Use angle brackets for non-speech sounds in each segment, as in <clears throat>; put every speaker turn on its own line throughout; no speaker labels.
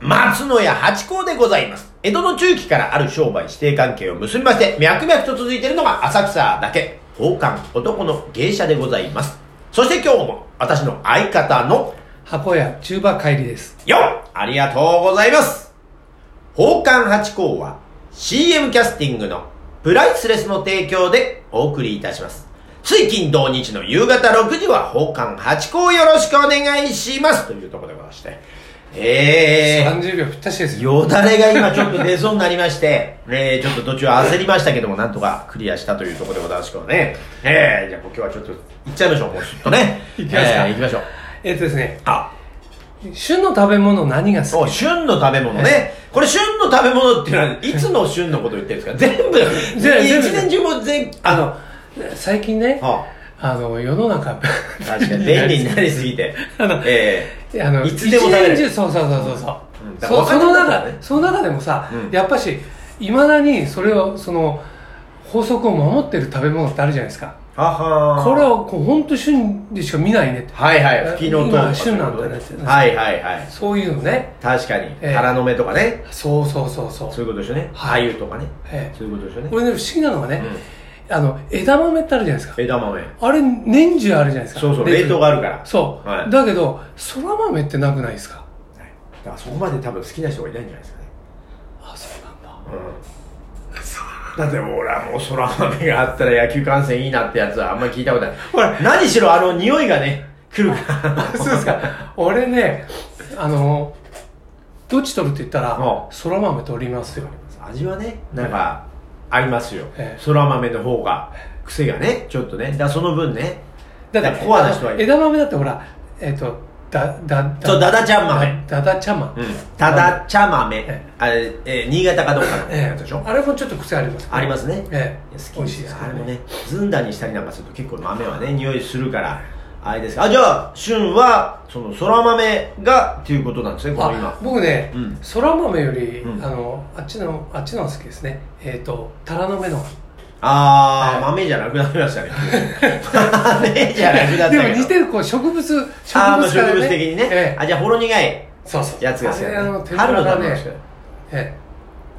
松野屋八甲でございます。江戸の中期からある商売指定関係を結びまして、脈々と続いているのが浅草だけ、宝冠男の芸者でございます。そして今日も、私の相方の
箱屋中馬帰りです。
よっありがとうございます宝冠八甲は CM キャスティングのプライスレスの提供でお送りいたします。つい金土日の夕方6時は宝冠八甲よろしくお願いしますというところでございまして。えー。
30秒ぴったしですよ。
よだれが今ちょっと出そうになりまして、えー、ちょっと途中焦りましたけども、なんとかクリアしたというところでございますけどね。えー、じゃあもう今日はちょっと行っちゃいましょう、もうすっとね。
行きますか
えー行きましょう。
えっとですね、
あ、
旬の食べ物何が好
お
き
旬の食べ物ね。これ旬の食べ物っていうのは、いつの旬のこと言ってるんですか全部、
全部
一年中も全、
あ
あの、
の、最近ね、
は
あの、世の中、 <laughs>
あ、確かに便利になりすぎて。
あの
ええ
あの、
いつでも食べれる
一年中そうそうそうそうそう
うんだから
そ。
若
そ
手の
の
方は
中
ね、
その中でもさ
うん、
やっぱし、いまだにそれを、その、法則を守ってる食べ物ってあるじゃないですか。
はは
これを、こう、ほんと旬でしか見ないねって。
はいはい、吹きのと
今旬なんだねって
はいはいはい。
そういうのね。
確かに、
ええ
タラの芽とかね。
そうそうそうそう。
そういうことですよね。
はい
俳優とかね。
え
そういうことですよ
え
ね。
これね、不思議なのがね、あの、枝豆ってあるじゃないですか。
枝豆。
あれ、年中あるじゃないですか。
そうそう、
で
冷凍があるから。
そう、
はい
だけど、そら豆ってなくないですか
はいだからそこまで多分好きな人がいないんじゃないですかね。
あ、そうなんだ。
うん。だってもう俺はもう空豆があったら野球観戦いいなってやつはあんまり聞いたことない。ほら、何しろあの匂いがね、来るから。
そうですか。俺ね、あの、どっち取るって言ったら
うん、
そら豆取りますよ。
<laughs> 味はね、なんか、ありますよ
ええ。
空豆の方が、癖がね、ちょっとね。だからその分ね。
だって、
いやコアな人はいる
枝豆だってほら、えっ、と、だ、だ、
そうダダちゃん豆
だだちゃん豆。
ただ茶豆
ええ。
あれ、えー新潟かどうかの
え
やつ
え
でしょ。
あれもちょっと癖あります
ありますね。い
ええ
や好き
美味しいですか
あ
ら
れも
ね。
ねずんだにしたりなんかすると結構豆はね匂いするからあれですかあじゃあ旬はそのそら豆がっていうことなんですねこの
あ
今
僕ね
うん、
そら豆より、
うん
あの、あっちの、あっちのが好きですね。えっ、と、タラの芽の方が。
あー、
は
豆じゃなくなりま
<laughs>
したね豆じゃなくなったけ
で
ど
も似てるこう植物植物
あーまあ
か
植
ら
物的にね、
ええ
あじゃあほろ苦い
そうそう
やつが好き
あれ
だ
あ
ね
の天ぷ
春
ら
の食
が
べ物で
ね
すけど
え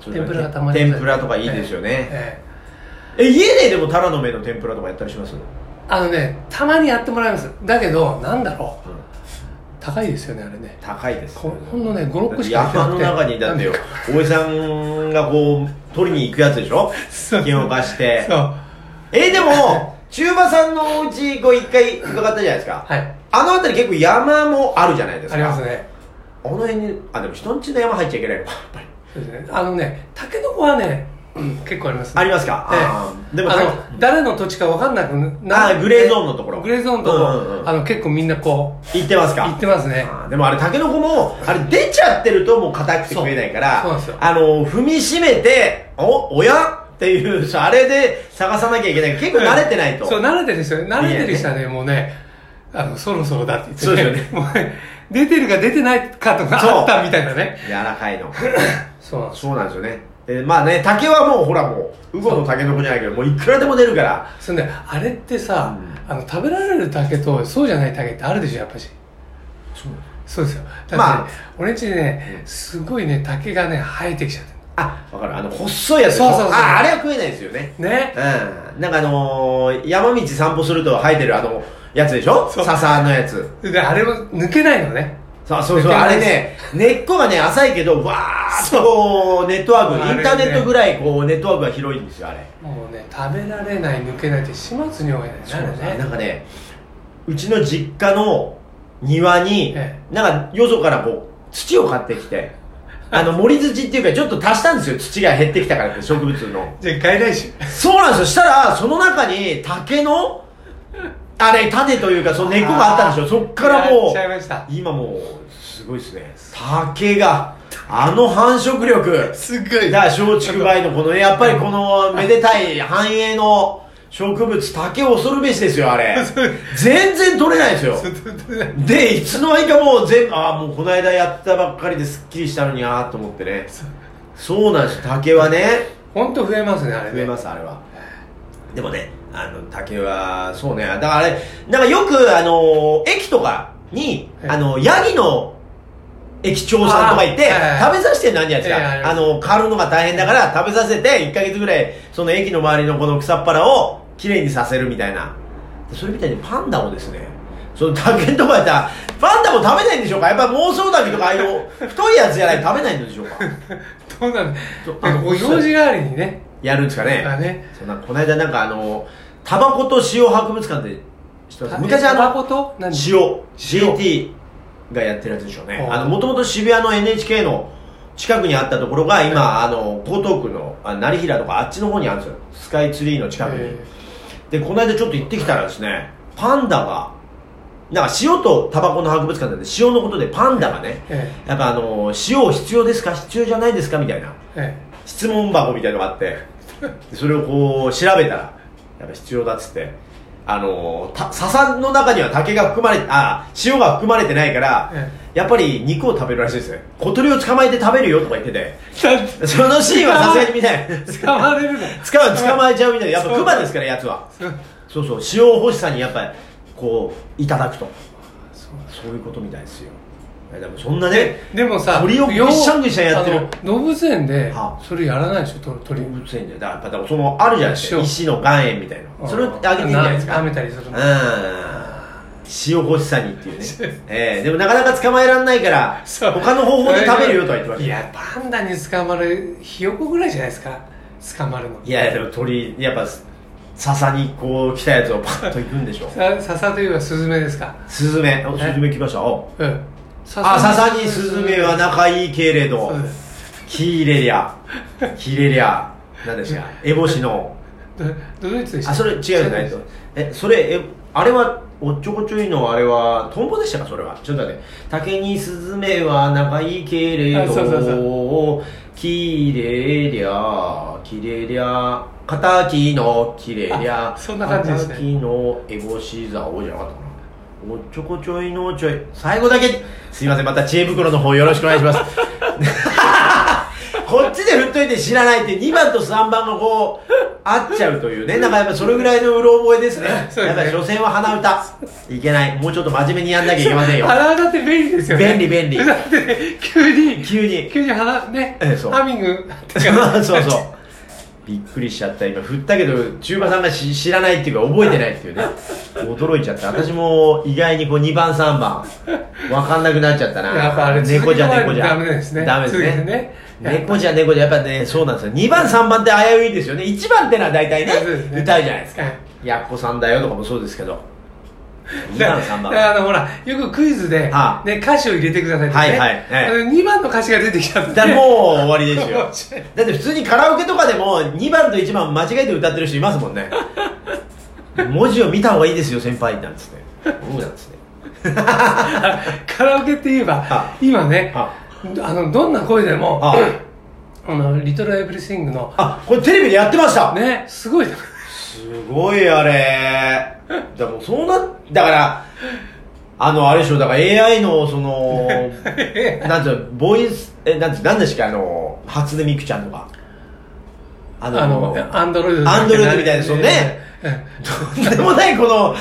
それ
天ぷらがたまに
天ぷらとかいいですよ
え
ね、
え
え家ででもタラの芽の天ぷらとかやったりします、
えあのねたまにやってもらいますだけどなんだろう高いですよねあれね
高いです
ほほんのね5 6個しか
山の中にだってよおじさんがこう取りに行くやつでしょ
そう
気を貸して
そう
えでも中馬さんのお家こう一回伺ったじゃないですか、
はい
あの辺り結構山もあるじゃないですか
ありますね
あの辺にあでも人んちの山入っちゃいけないのかやっぱり
そうですねあのねタケノコはね、うん、結構ありますね
ありますか、
ええ
あーでも
あ
さ
の誰の土地かわかんなく
あ
な
ーグレーゾーンのところ
グレーゾーンのところ、
うんうんうん
あの結構みんなこう
行ってますか
行ってますね
あーでもあれタケノコもあれ出ちゃってるともう硬くて食えないから
そうそうなんですよ
あの踏みしめておおやっていうさあれで探さなきゃいけない結構慣れてないと、
そう、慣れてる人ね。慣れてる人はね、
い
もうね、あの、そろそろだって言って、
そうです
<laughs> もうね、出てるか出てないかとか
そう
あったみたいなね。
柔らかいの
そうなんです。
そうなんですよねでまあね竹はもうほらもうウゴのタケノコじゃないけどもういくらでも出るから
それで、あれってさ、
う
あの、食べられる竹と、そうじゃない竹ってあるでしょ、やっぱし。そうですよ。だってね、
まあ
俺んちね、すごいね、竹がね、生えてきちゃって
あわかるあの細いやつでしょ
そうそうそう
ああれは食えないですよね
る。ね。
うんなんかあのー、山道散歩すると生えてるあのやつでしょ
そう
笹のやつ
で、あれも抜けないのね。
そうそうそう、
抜け
あ
な
れ
いです
ね、根っこがね、浅いけど、わーっとこう、ネットワー
あ
ク、
れ
イ
ね
ンターネットぐらい、こう、ネットワークが広いんですよ、あれ。
もうね、食べられない、抜けないって始末に多いね。なるね。
なんかね、うちの実家の庭に
え、
なんか、よそからこう、土を買ってき <laughs> て、あの、盛り土っていうか、ちょっと足したんですよ、土が減ってきたからって、植物の。
じゃあ、外来種。
そうなんですよ、したら、その中に、竹の、あれ、種というか、その根っこがあったん <laughs> ですよ、そっから
や
も
っ
う
ちゃ、いました。
今もうすごいですね竹があの繁殖力
すごい
だから松竹梅のこのねやっぱりこのめでたい繁栄の植物竹を恐るべしですよあ <laughs> れ全然取れないですよでいつの間にかもう全ああもうこの間やったばっかりですっきりしたのにああと思ってねそうなんです竹はね
ほんと増えますね、あれね。
増えますあれはでもねあの竹はそうねだからあれなんかよくあの駅とかに
ええ
あのヤギの駅長さんとかいて、
あーはいはいはい
食べさせてなんじゃないです
ええあり
か。
ま
あ
す
の、変わるのが大変だから、食べさせて、1ヶ月ぐらい、その駅の周りのこの草っぱらを、きれいにさせるみたいな。それみたいにパンダをですね、その竹とかやったら、パンダも食べないんでしょうかやっぱ妄想竹とか、ああいう太いやつじゃないと食べないんでしょうか
どうなん
そう
なんかお行事代わりにね
やるんですか
<laughs>
ね。
なんかね
そんなこの間なんかあのタバコと塩博物館で知ってます昔あ
タバ
の
コと何
塩
塩
CT がやってるやつでしょうね
ああ
あのもともと渋谷の NHK の近くにあったところが今あの江東区のあ成平とかあっちの方にあるんですよスカイツリーの近くに、
え
でこの間ちょっと行ってきたらですねパンダがなんか塩とタバコの博物館なんで塩のことでパンダがね
ーえ
やっぱあの塩必要ですか必要じゃないですかみたいな
ーえ
質問箱みたいのがあってでそれをこう調べたらやっぱ必要だっつってあのーた笹の中には竹が含まれあ塩が含まれてないから、
え
やっぱり肉を食べるらしいですね小鳥を捕まえて食べるよとか言ってて
ーだって
そのシーンはさすがに見ない
捕まれるの
捕ま捕まえちゃうみたいなやっぱ熊ですからやつは
そう
そうそう塩を欲しさにやっぱりこういただくと
そう
そういうことみたいですよいやでもそんなね
でもさ
鳥をぐしゃんぐしゃんやってる
あの動物園で
はあ
それやらないでしょと鳥
動物園でだからやっぱそのあるじゃないですか
塩
石の岩塩みたいなそれをあげていいんじゃないですか
舐めたりするの
うん塩欲しさにっていうね、ええでもなかなか捕まえられないから
そう
他の方法で食べるよとは言ってました
いやパンダに捕まるひよこぐらいじゃないですか捕まるの
いやいやでも鳥やっぱ笹にこう来たやつをパッと行くんでしょ
さ笹といえばスズメですか
スズメおスズメ来ましたお
うん
あ笹にスズメは仲いいけれど
そうです
キーレリアキーレリア何ですかエボシの
どどういうやつでした
あそれ違うじゃないとえそれえあれはおっちょこちょいのあれはトンボでしたかそれはちょっと待って「竹にスズメは仲いいけれ
あそうそうそ
どきれりゃきれりゃ敵のきれりゃ
あそんな感じですね
敵のエボシザオじゃなかったかなおっちょこちょいのちょい最後だけすいませんまた知恵袋の方よろしくお願いしますこっちで振っといて知らないって2番と3番がこう合っちゃうというねなんかやっぱそれぐらいのうろ覚えですね
<laughs> そう
や
ですね
っぱり所詮は鼻歌いけないもうちょっと真面目にやんなきゃいけませんよ
鼻歌って便利ですよね
便利便利
だってね急に
急に
急に鼻ね
ええそう
ハミ
<laughs>
ング <laughs>
そうそうびっくりしちゃった今振ったけど中馬さんがし知らないっていうか覚えてないっていうね驚いちゃった私も意外にこう2番3番分かんなくなっちゃったな
やっぱあれ
猫じゃ猫じゃ
ダメですね
ダメです
そうです
ね
ね
猫じゃ猫じゃやっぱねそうなんですよ2番3番って危ういですよね1番ってのは大体ね
そうですね
歌うじゃないですか
はい
「やっこさんだよ」とかもそうですけど2番3
<laughs> だから
番
あのほらよくクイズで、
はあ
ね、歌詞を入れてくださいって、ね
はいはいええ
あの2番の歌詞が出てきたんで
だからもう終わりですよ
面白い
だって普通にカラオケとかでも2番と1番間違えて歌ってる人いますもんね文字を見た方がいいですよ先輩なんつってそうなんですね
<laughs> カラオケって言えば、
あ
今ね
あ
あのどんな声でも
あ
あのリトルエブリスイングの
あこれテレビでやってました
ねすごい
すごいあれだからもうそうなだからあのあれでしょだから AI のそ
<laughs>
のなんつうのボイスえなんつうなんですかあの初音ミクちゃんとかあ
あのアンドロイド
アンドロイドみたいなそうねとんでもないこの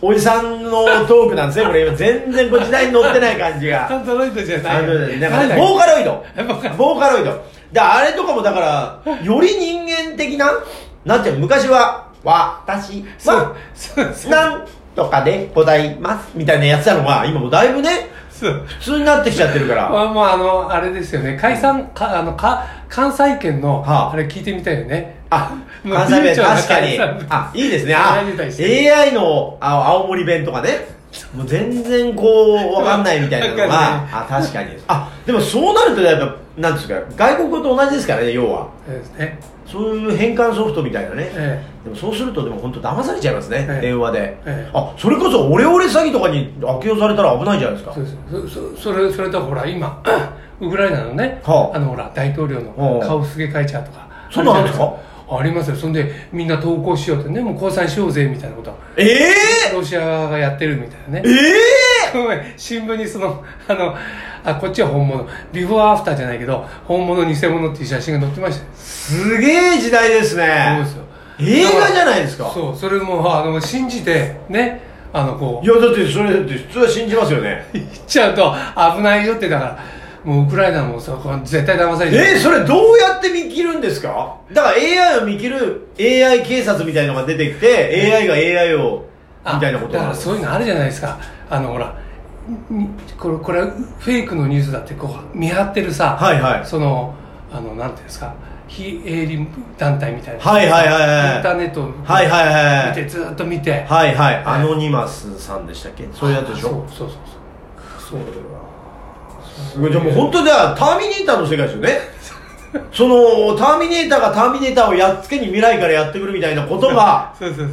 おじさんのトークなんですねこれ今全然こう時代に乗ってない感じ
ア
が
ンドロイドじゃない
あのなんか
なんだっけ
ボーカロイド
ボーカロイド
ボーカロイドであれとかもだからより人間的ななんていうの昔は「私
そう
は
そうそう
なんとかでございます」みたいなやつなのが今もうだいぶね
そう
普通になってきちゃってるから
まあもうあのあれですよね解散かあのか関西圏の、
はあ
あれ聞いてみたいよね
あ
もう
関西弁
流暢な
確かに
関西弁
あいいですねあ
流れてたりして
AI のあ青森弁とかねもう全然こうわかんないみたいなのが、
<laughs> わかんない
あ確かにあでもそうなるとやっぱなんですか外国語と同じですからね要は
そうですね
そういう変換ソフトみたいなね、
え
でもそうするとでも本当騙されちゃいますね、
ええ
電話で、
ええ
あそれこそオレオレ詐欺とかに悪用されたら危ないじゃないですか
そうですそそそれそれとほら今 <clears throat> ウクライナのね、
はあ
あのほら大統領の
はあ
顔すげ替えちゃうとか
そんなのあるんですか
るじゃないですかありますよそんでみんな投稿しようってねもう交際しようぜみたいなこと
ええ
ロシア側がやってるみたいな
え
ね
え
ごめん新聞にその <laughs> あのあこっちは本物ビフォーアフターじゃないけど本物偽物っていう写真が載ってましたよ
すげえ時代ですね
そうです
映
よ
画じゃないですか
そうそれもあの信じてねあのこ
いうやだってそれだって普通は信じますよね
言っちゃうと危ないよってだからもうウクライナもさこれ絶対騙され
<laughs>
て
えー、それどうやって見切るんですかだから AI を見切る AI 警察みたいのが出てきて AI が AI を
あ
みたいなこと
だか
な
ら
の
そういうのあるじゃないですかあのほらにこれこれフェイクのニュースだってこう見張ってるさ、
はいはい
そのあのなんていうんですか非営利団体みたいな、
はいはいはいはい
インターネットを見て,、
はいはいはいはい
ずっと見て、
はいはいアノニマスさんでしたっけそういうやつでしょ
そうそうそうそうそう
すごいじゃあもう本当じゃあターミネーターの世界ですよね <laughs> そのターミネーターがターミネーターをやっつけに未来からやってくるみたいなこと <laughs> が
そうそうそう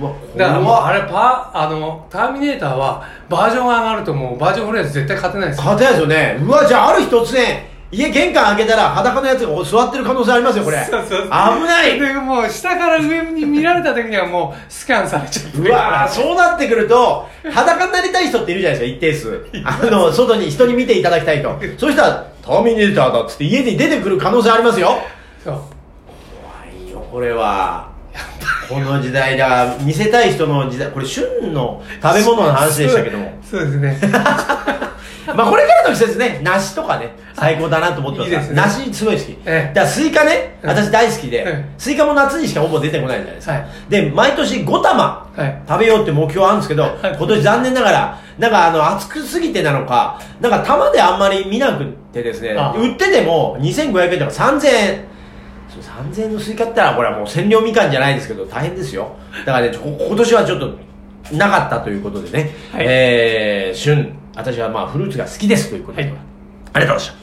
うわ
だからもうあ
怖っ
れパあのターミネーターはバージョンが上がるともうバージョンフレーズ絶対勝てないですよ
勝てないですよねうわじゃあある日突然家玄関開けたら裸のやつが座ってる可能性ありますよこれ
<laughs> そうそうそう
危
<laughs>
ない
でもう下から上に見られた時にはもうスキャンされちゃって
う
るから
わーそうなってくると裸になりたい人っているじゃないですか
<laughs>
一定数あの外に人に見ていただきたいとそうしたら「ターミネーターだ」っつって家に出てくる可能性ありますよ
そう
怖いよこれはこの時代だ見せたい人の時代これ旬の食べ物の話でしたけども
そうですね
まあこれからの季節ね梨とかね最高だなと思ってます
いいですね
梨すごい好き、
ええ
だからスイカね
うん
私大好きで、
うん
スイカも夏にしかほぼ出てこないじゃないですか、
はい
で毎年5玉
はい
食べようって目標あるんですけど、
い
今年残念ながらなんかあの暑くすぎてなのかなんか玉であんまり見なくてですね
あ
売ってても2500円とか3000円そう3000円のスイカって言ったらこれはもう千両みかんじゃないですけど大変ですよだからねちょこ今年はちょっとなかったということでね、
はい
えー旬私はまあフルーツが好きですということで、
はい
ありがとうございました